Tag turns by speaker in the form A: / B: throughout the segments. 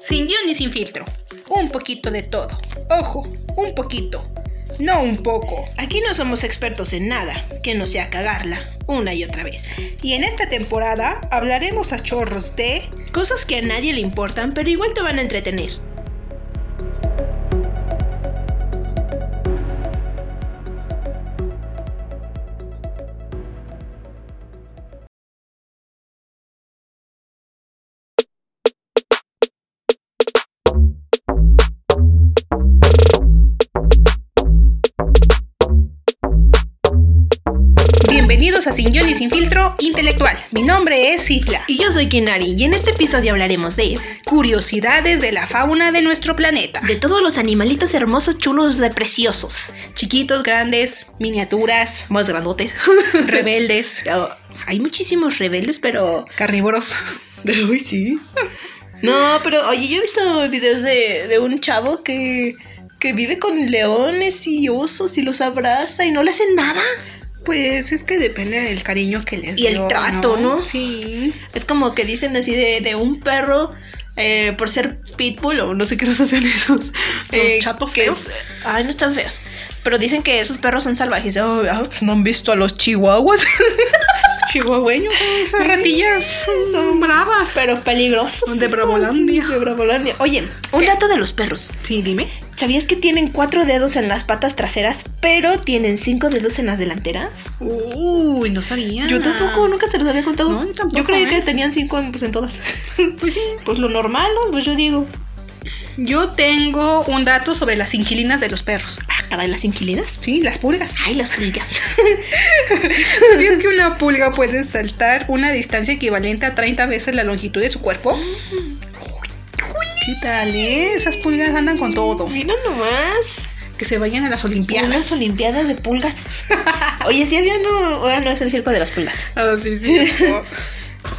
A: Sin guión ni sin filtro. Un poquito de todo. Ojo, un poquito. No un poco. Aquí no somos expertos en nada que no sea cagarla una y otra vez. Y en esta temporada hablaremos a chorros de cosas que a nadie le importan, pero igual te van a entretener. Bienvenidos a Sin Guión y Sin Filtro Intelectual. Mi nombre es Citla. Y yo soy Kenari. Y en este episodio hablaremos de curiosidades de la fauna de nuestro planeta. De todos los animalitos hermosos, chulos, de preciosos. Chiquitos, grandes, miniaturas, más grandotes, rebeldes. Oh, hay muchísimos rebeldes, pero carnívoros.
B: Uy, sí.
A: No, pero oye, yo he visto videos de, de un chavo que, que vive con leones y osos y los abraza y no le hacen nada.
B: Pues es que depende del cariño que les
A: Y el
B: dio,
A: trato, ¿no?
B: Sí.
A: Es como que dicen así de, de un perro eh, por ser pitbull o no sé qué nos hacen esos. eh,
B: chatos
A: que
B: feos?
A: es- ay, no están feos. Pero dicen que esos perros son salvajes. Oh, ah, pues, ¿No han visto a los chihuahuas?
B: Chihuahueños, esas
A: Ay.
B: ratillas son bravas.
A: Pero peligrosos.
B: De Bravolandia.
A: De Bravolandia. Oye, un
B: ¿Qué?
A: dato de los perros.
B: Sí, dime.
A: ¿Sabías que tienen cuatro dedos en las patas traseras, pero tienen cinco dedos en las delanteras?
B: Uy, no sabía.
A: Yo tampoco, nunca se los había contado.
B: No, yo tampoco,
A: creía
B: ¿eh?
A: que tenían cinco en, pues, en todas.
B: Pues sí.
A: pues lo normal, ¿no? Pues yo digo,
B: Yo tengo un dato sobre las inquilinas de los perros.
A: ah, caray, las inquilinas.
B: Sí, las pulgas.
A: Ay, las pulgas.
B: ¿Sabías que una pulga puede saltar una distancia equivalente a 30 veces la longitud de su cuerpo?
A: Mm.
B: ¿Qué tal, eh? Esas pulgas andan con todo.
A: Mira nomás.
B: Que se vayan a las
A: Unas
B: olimpiadas.
A: olimpiadas de pulgas. Oye, sí había no. Ahora no es el circo de las pulgas.
B: Ah, sí, sí.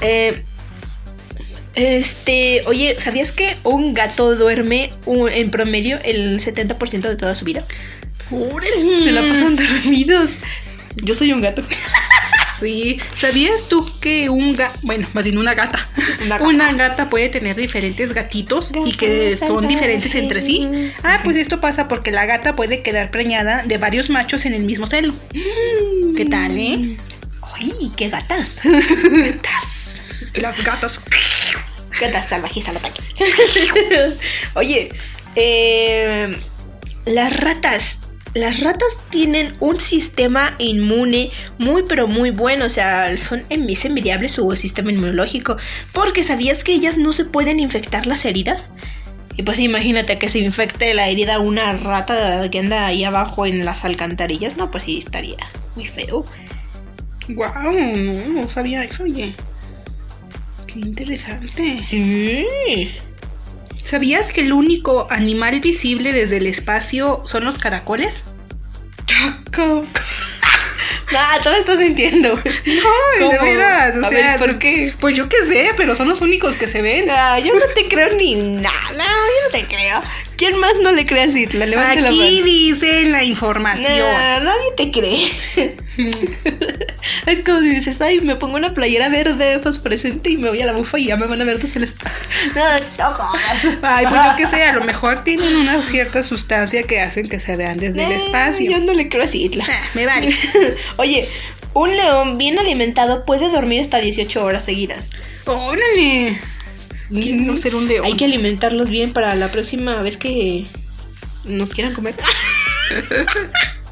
A: Eh, este, oye, ¿sabías que un gato duerme u- en promedio el 70% de toda su vida? Mm.
B: Órale, se la pasan dormidos.
A: Yo soy un gato.
B: Sí, ¿sabías tú que un gato, bueno, más bien una gata,
A: Una
B: una
A: gata.
B: gata, puede tener diferentes gatitos y que
A: Gatos
B: son diferentes entre sí?
A: salvajes.
B: Ah, pues esto pasa porque la gata puede quedar preñada de varios machos en el mismo celo.
A: ¿Qué
B: ¿Qué
A: tal,
B: tal,
A: eh?
B: eh?
A: Ay, qué gatas.
B: Tas. Las gatas.
A: Gatas salvajes al ataque. Oye, eh, las ratas. Las ratas tienen un sistema inmune muy pero muy bueno, o sea, son envi- es envidiable su sistema inmunológico, porque sabías que ellas no se pueden infectar las heridas. Y pues imagínate que se infecte la herida una rata que anda ahí abajo en las alcantarillas, no, pues sí estaría muy feo.
B: Guau, no, no sabía eso, oye. Qué interesante.
A: Sí.
B: ¿Sabías que el único animal visible desde el espacio son los caracoles?
A: Taco. Nah, tú me Ah, estás mintiendo.
B: Ay, de
A: ¿Cómo?
B: veras, o
A: A
B: sea,
A: ver, ¿por qué?
B: Pues yo qué sé, pero son los únicos que se ven.
A: No, yo no te creo ni nada. No, yo no te creo. ¿Quién más no le cree así? La levante la
B: Aquí
A: mano.
B: dice la información.
A: No, nadie te cree. Es como si dices, ay, me pongo una playera verde fosforescente y me voy a la bufa y ya me van a ver desde el espacio. No, no jodas.
B: Ay, pues yo qué sé, a lo mejor tienen una cierta sustancia que hacen que se vean desde el
A: No, Yo
B: espacio.
A: no le creo así. la-
B: Ah, me vale.
A: Oye, un león bien alimentado puede dormir hasta 18 horas seguidas.
B: Órale. ¿Quién no ser un león?
A: Hay que alimentarlos bien para la próxima vez que nos quieran comer. Ah,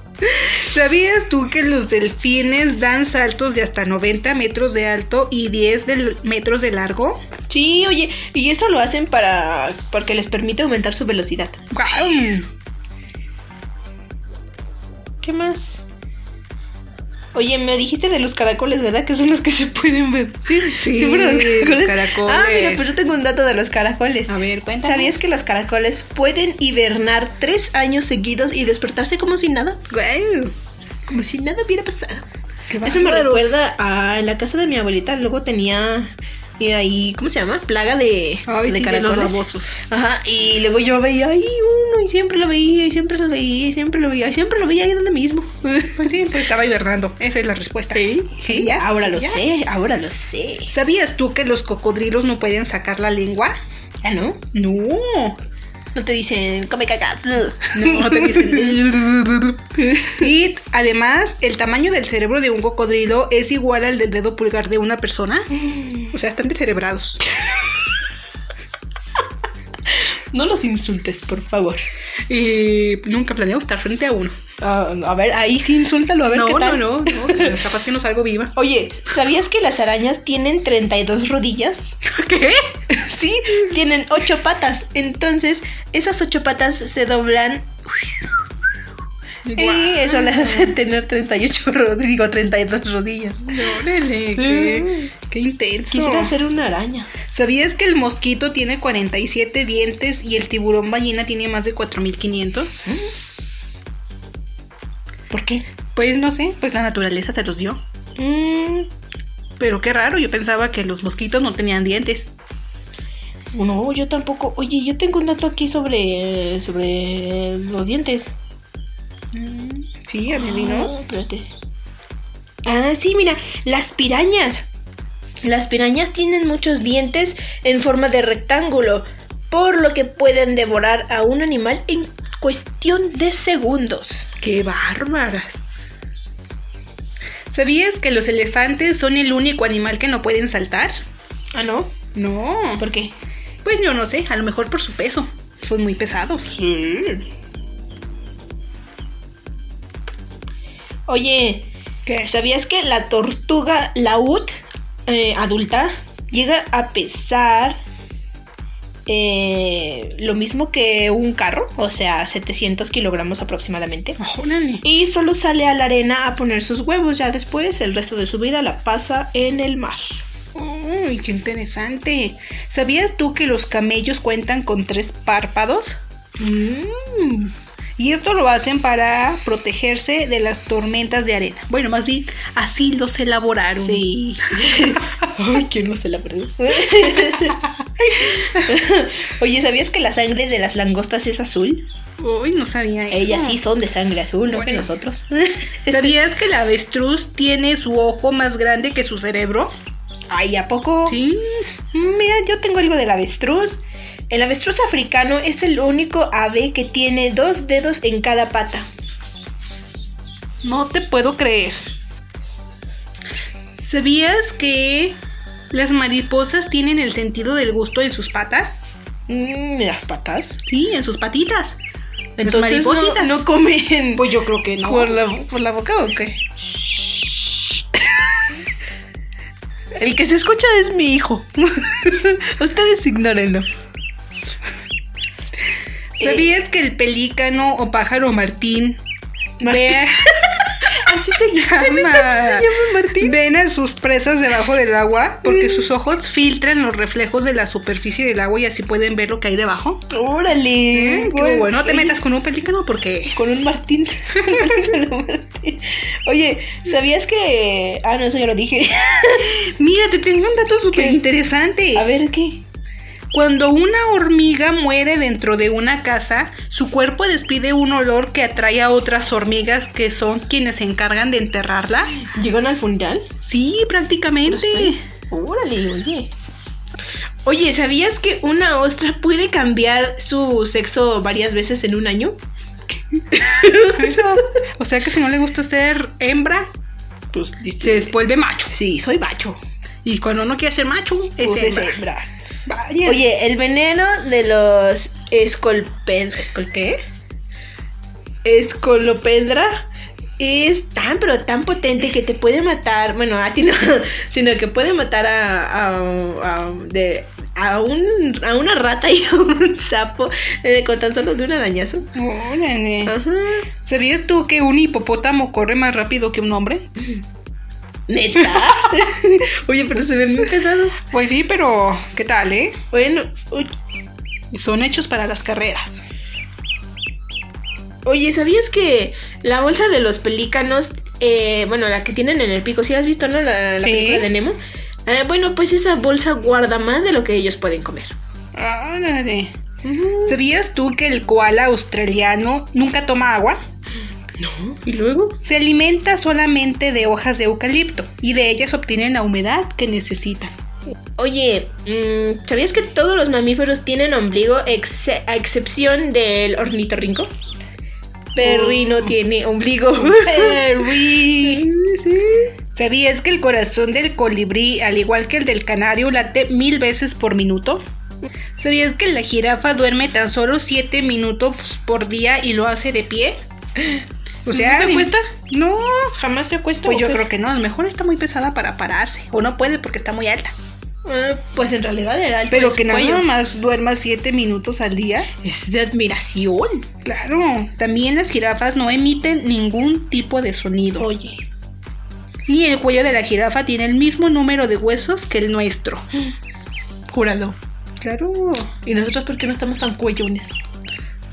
B: ¿Sabías tú que los delfines dan saltos de hasta 90 metros de alto y 10 del- metros de largo?
A: Sí, oye, y eso lo hacen para porque les permite aumentar su velocidad.
B: ¡Guau!
A: ¿Qué más? Oye, me dijiste de los caracoles, ¿verdad? Que son los que se pueden ver.
B: Sí, sí,
A: fueron
B: los
A: Ah, mira,
B: caracoles.
A: pero yo tengo un dato de los caracoles.
B: A ver, cuéntame.
A: ¿Sabías que los caracoles pueden hibernar tres años seguidos y despertarse como si nada?
B: Guau,
A: Como si nada hubiera pasado.
B: qué
A: Eso me
B: bárbaros.
A: recuerda a en la casa de mi abuelita. Luego tenía eh, ahí, ¿cómo se llama? Plaga de,
B: Ay,
A: de
B: sí, de los
A: caracoles.
B: babosos.
A: Ajá, y luego yo veía ahí y siempre lo veía, y siempre lo veía, y siempre lo veía, y siempre lo veía ahí donde mismo.
B: Pues sí, pues estaba hibernando. Esa es la respuesta.
A: Sí,
B: Yes,
A: ahora lo
B: yes.
A: sé, ahora lo sé.
B: ¿Sabías tú que los cocodrilos no pueden sacar la lengua?
A: ¿Ah, no?
B: No.
A: No te dicen, come caca. bleh".
B: No, no te dicen. y además, el tamaño del cerebro de un cocodrilo es igual al del dedo pulgar de una persona. O sea, están descerebrados.
A: No los insultes, por favor.
B: Y nunca planeo estar frente a uno.
A: Ah, a ver, ahí sí insúltalo, a ver
B: no,
A: qué tal.
B: no, no, no, capaz que no salgo viva.
A: Oye, ¿sabías que las arañas tienen 32 rodillas?
B: ¿Qué?
A: Sí, tienen 8 patas. Entonces, esas 8 patas se doblan y eso las hace tener 38 rod- digo 32 rodillas.
B: Órale, qué, qué intenso.
A: Quisiera ser una araña.
B: ¿Sabías que el mosquito tiene 47 dientes y el tiburón ballena tiene más de 4500?
A: ¿Por qué?
B: Pues no sé, pues la naturaleza se los dio.
A: Mm,
B: Pero qué raro, yo pensaba que los mosquitos no tenían dientes.
A: no, yo tampoco. Oye, yo tengo un dato aquí sobre, sobre los dientes.
B: Sí,
A: Ah,
B: amelinos.
A: espérate. Ah, sí, mira, las pirañas. Las pirañas tienen muchos dientes en forma de rectángulo, por lo que pueden devorar a un animal en cuestión de segundos.
B: Qué bárbaras. ¿Sabías que los elefantes son el único animal que no pueden saltar?
A: Ah, ¿no?
B: No.
A: ¿Por qué?
B: Pues yo no sé, a lo mejor por su peso. Son muy pesados.
A: Sí. Oye,
B: ¿Qué?
A: ¿Sabías que la tortuga laúd eh, adulta llega a pesar eh, lo mismo que un carro? O sea, 700 kilogramos aproximadamente.
B: Órale.
A: Y solo sale a la arena a poner sus huevos. Ya después, el resto de su vida la pasa en el mar.
B: Uy, qué interesante. ¿Sabías tú que los camellos cuentan con tres párpados?
A: Mm.
B: Y esto lo hacen para protegerse de las tormentas de arena. Bueno, más bien, así los elaboraron.
A: Sí. Ay, que no se la perdió. Oye, ¿sabías que la sangre de las langostas es azul?
B: Uy, no sabía eso.
A: Ellas sí son de sangre azul, no que
B: Bueno.
A: nosotros.
B: ¿Sabías que el avestruz tiene su ojo más grande que su cerebro?
A: Ay, ¿a poco?
B: Sí.
A: Mm, Mira, yo tengo algo del avestruz. El avestruz africano es el único ave que tiene dos dedos en cada pata.
B: No te puedo creer. ¿Sabías que las mariposas tienen el sentido del gusto en sus patas?
A: Mm, las patas.
B: Sí, en sus patitas. En sus
A: Entonces no,
B: maripositas.
A: no comen
B: Pues yo creo que no.
A: por, la, por la boca o qué. El que se escucha es mi hijo. Ustedes ignórenlo.
B: ¿Sabías que el pelícano o pájaro martín ve-
A: Así se
B: llama?
A: Martín.
B: ven a sus presas debajo del agua? Porque sus ojos filtran los reflejos de la superficie del agua y así pueden ver lo que hay debajo. Eh,
A: Órale.
B: Qué
A: güey.
B: bueno, no te
A: Oye,
B: metas con un pelícano porque...
A: Con un Martín. Con un Martín. Oye, ¿sabías que.? Ah, no, eso ya lo dije.
B: Mira, te tengo un dato súper interesante.
A: A ver, ¿qué?
B: Cuando una hormiga muere dentro de una casa, su cuerpo despide un olor que atrae a otras hormigas que son quienes se encargan de enterrarla.
A: ¿Llegaron al funeral?
B: Sí, prácticamente.
A: Órale, oye. Oye, ¿sabías que una ostra puede cambiar su sexo varias veces en un año?
B: O sea que si no le gusta ser hembra,
A: Pues dice.
B: se vuelve macho.
A: Sí, soy macho.
B: Y cuando no quiere ser macho, es
A: Pues, es
B: hembra.
A: hembra.
B: Vaya.
A: Oye, el veneno de los escolpen... ¿Escol qué? Escolopendra es tan, pero tan potente que te puede matar, bueno, a ti no, sino que puede matar a, a- a- de- a un, a una rata y a un sapo eh, con tan solo de un arañazo.
B: Órale.
A: Ajá.
B: ¿Sabías tú que un hipopótamo corre más rápido que un hombre?
A: ¿Neta? Oye, pero se ven muy pesados.
B: Pues sí, pero ¿qué tal, eh?
A: Bueno, uy,
B: Son hechos para las carreras.
A: Oye, ¿sabías que la bolsa de los pelícanos, eh, bueno, la que tienen en el pico, si has visto, ¿no? La, la
B: Sí.
A: película de Nemo. Ah, Eh, bueno, pues esa bolsa guarda más de lo que ellos pueden comer.
B: Órale.
A: Ujú.
B: Ah, ¿Sabías tú que el koala australiano nunca toma agua?
A: No, y luego.
B: Se alimenta solamente de hojas de eucalipto y de ellas obtienen la humedad que necesitan.
A: Oye, mm, ¿sabías que todos los mamíferos tienen ombligo exce- a excepción del ornitorrinco? Perry no tiene ombligo.
B: Perry. ¿Sabías que el corazón del colibrí, al igual que el del canario, late mil veces por minuto? ¿Sabías que la jirafa duerme tan solo 7 minutos por día y lo hace de pie? O sea,
A: ¿No se acuesta?
B: No.
A: Jamás se acuesta.
B: Pues yo creo que no, a lo mejor está muy pesada para pararse. O no puede porque está muy alta.
A: pues en realidad era alto.
B: Pero
A: de su
B: que nada
A: cuello.
B: más duerma 7 minutos al día.
A: Es de admiración.
B: Claro. También las jirafas no emiten ningún tipo de sonido.
A: Oye.
B: Y el cuello de la jirafa tiene el mismo número de huesos que el nuestro.
A: Júralo.
B: Claro,
A: ¿Y nosotros por qué no estamos tan cuellones?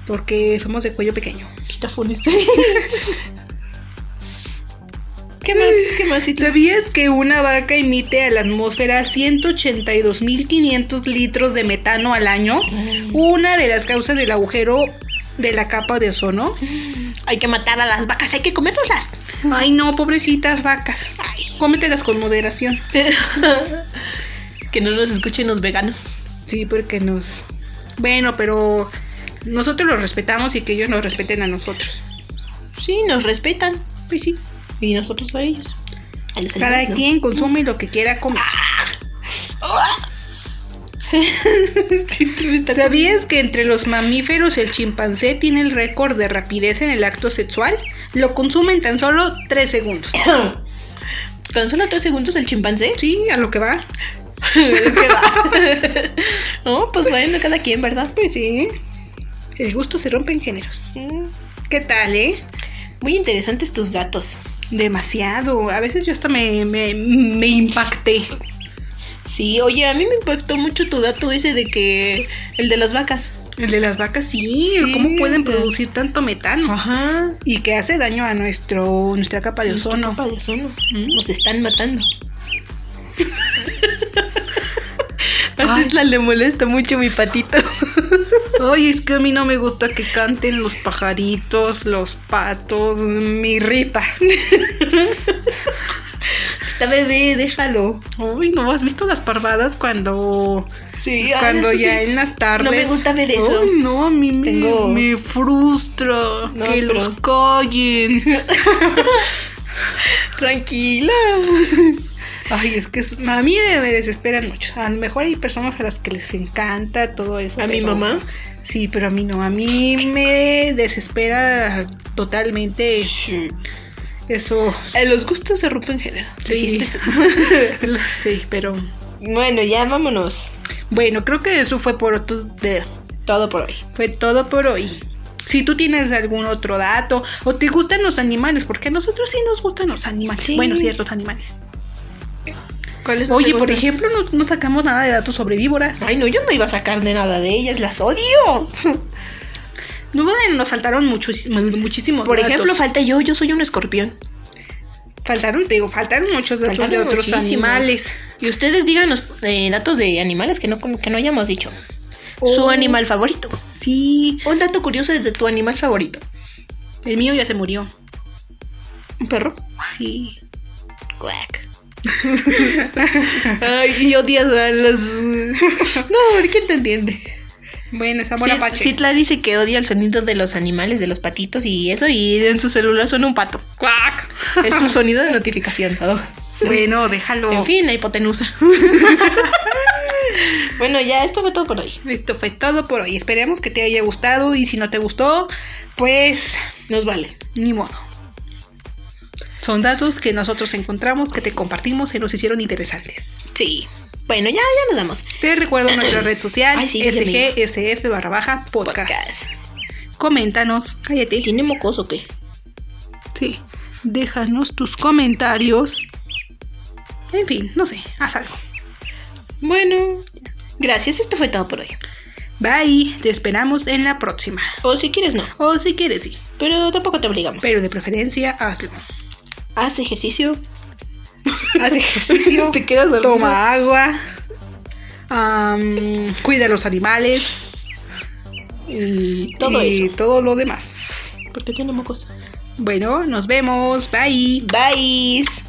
B: porque somos de cuello pequeño.
A: Quitafones. ¿Qué más? ¿Qué más? Ito?
B: ¿Sabías que una vaca emite a la atmósfera 182.500 litros de metano al año?
A: Mm.
B: Una de las causas del agujero de la capa de ozono.
A: Hay que matar a las vacas, hay que comernoslas.
B: Ay, no, pobrecitas vacas. Ay, cómetelas con moderación.
A: que no nos escuchen los veganos.
B: Sí, porque nos... Bueno, pero nosotros los respetamos y que ellos nos respeten a nosotros.
A: Sí, nos respetan.
B: Pues sí,
A: Y nosotros a ellos. A los
B: cada
A: animales, ¿no?
B: quien consume lo que quiera comer.
A: Esto me está
B: ¿Sabías que entre los mamíferos el chimpancé tiene el récord de rapidez en el acto sexual? Lo consume en tan solo 3 segundos.
A: comiendo. Tan solo tres segundos el chimpancé.
B: Sí, a lo que va.
A: ¿Qué va? no, pues bueno, cada quien, ¿verdad?
B: Pues sí. El gusto se rompe en géneros.
A: Mm,
B: ¿Qué tal, eh?
A: Muy interesantes tus datos.
B: Demasiado. A veces yo hasta me, me, me impacté.
A: Sí, oye, a mí me impactó mucho tu dato ese de que el de las vacas.
B: El de las vacas, sí. Ah.
A: Sí,
B: ¿Cómo pueden
A: o sea.
B: producir tanto metano?
A: Ajá.
B: Y que hace daño a nuestro, nuestra capa de ozono.
A: de ozono.
B: Mm.
A: Nos están matando.
B: Ay.
A: le molesta mucho mi patito.
B: Ay, es que a mí no me gusta que canten los pajaritos, los patos, me irrita.
A: Está bebé, déjalo.
B: Uy, ¿no has visto las parvadas cuando,
A: Sí,
B: cuando ya en las tardes?
A: No me gusta ver eso.
B: Ay, no, a mí me,
A: Tengo-
B: me frustra
A: No,
B: que
A: pero-
B: los callen.
A: Tranquila.
B: Ay, es que es- a mí me me desesperan mucho. A lo mejor hay personas a las que les encanta todo eso.
A: A mi
B: pero-
A: mamá.
B: Sí, pero a mí no. A mí me desespera totalmente eso.
A: Eh, los gustos se rompen género.
B: Sí.
A: dijiste.
B: sí, pero
A: Bueno, ya vámonos.
B: bueno, creo que eso fue por otro- de-
A: Todo por hoy.
B: fue todo por hoy. Si tú tienes algún otro dato o te gustan los animales, porque a nosotros sí nos gustan los animales.
A: Sí.
B: Bueno, ciertos animales.
A: ¿Cuáles no te
B: Oye, por
A: gustan?
B: ejemplo, no, no sacamos nada de datos sobre víboras.
A: Ay, no, yo no iba a sacar de nada de ellas, las odio.
B: No, bueno, nos faltaron muchos, muchísimos
A: Por
B: datos.
A: ejemplo, falta yo, yo soy un escorpión.
B: faltaron, te digo, faltaron muchos datos
A: Faltaron
B: de otros
A: muchísimos.
B: animales.
A: Y ustedes díganos eh, datos de animales que no, como que no hayamos dicho. Su
B: Oh.
A: animal favorito.
B: Sí,
A: Un dato curioso de tu animal favorito.
B: el mío ya se murió.
A: ¿Un perro?
B: Sí.
A: Cuac. Ay, y odias a los... No, ¿quién te entiende?
B: Bueno, esa
A: Cit-
B: apache.
A: Citla dice que odia el sonido de los animales, de los patitos y eso, y en su celular suena un pato.
B: Cuac.
A: Es un sonido de notificación. Oh.
B: Bueno, déjalo.
A: En fin, la hipotenusa. bueno, ya, esto fue todo por hoy.
B: Esto fue todo por hoy. Esperemos que te haya gustado y si no te gustó, pues
A: Nos vale.
B: ni modo. Son datos que nosotros encontramos, que te compartimos, se nos hicieron interesantes.
A: Sí. Bueno, ya, ya nos vamos.
B: Te recuerdo nuestra red social,
A: Ay, sí, dígame.
B: SGSF barra baja podcast. Coméntanos, cállate.
A: ¿Tiene mocoso o qué?
B: Sí. Déjanos tus comentarios. En fin, no sé, haz algo.
A: Bueno, gracias, esto fue todo por hoy.
B: Bye, te esperamos en la próxima.
A: O si quieres, no.
B: O si quieres, sí.
A: Pero tampoco te obligamos.
B: Pero de preferencia, hazlo.
A: Haz ejercicio.
B: Haz ejercicio.
A: Te quedas dormido.
B: Toma agua. am, cuida a los animales.
A: y todo
B: y
A: eso.
B: todo lo demás.
A: Porque tiene mocos.
B: Bueno, nos vemos. Bye.
A: Bye.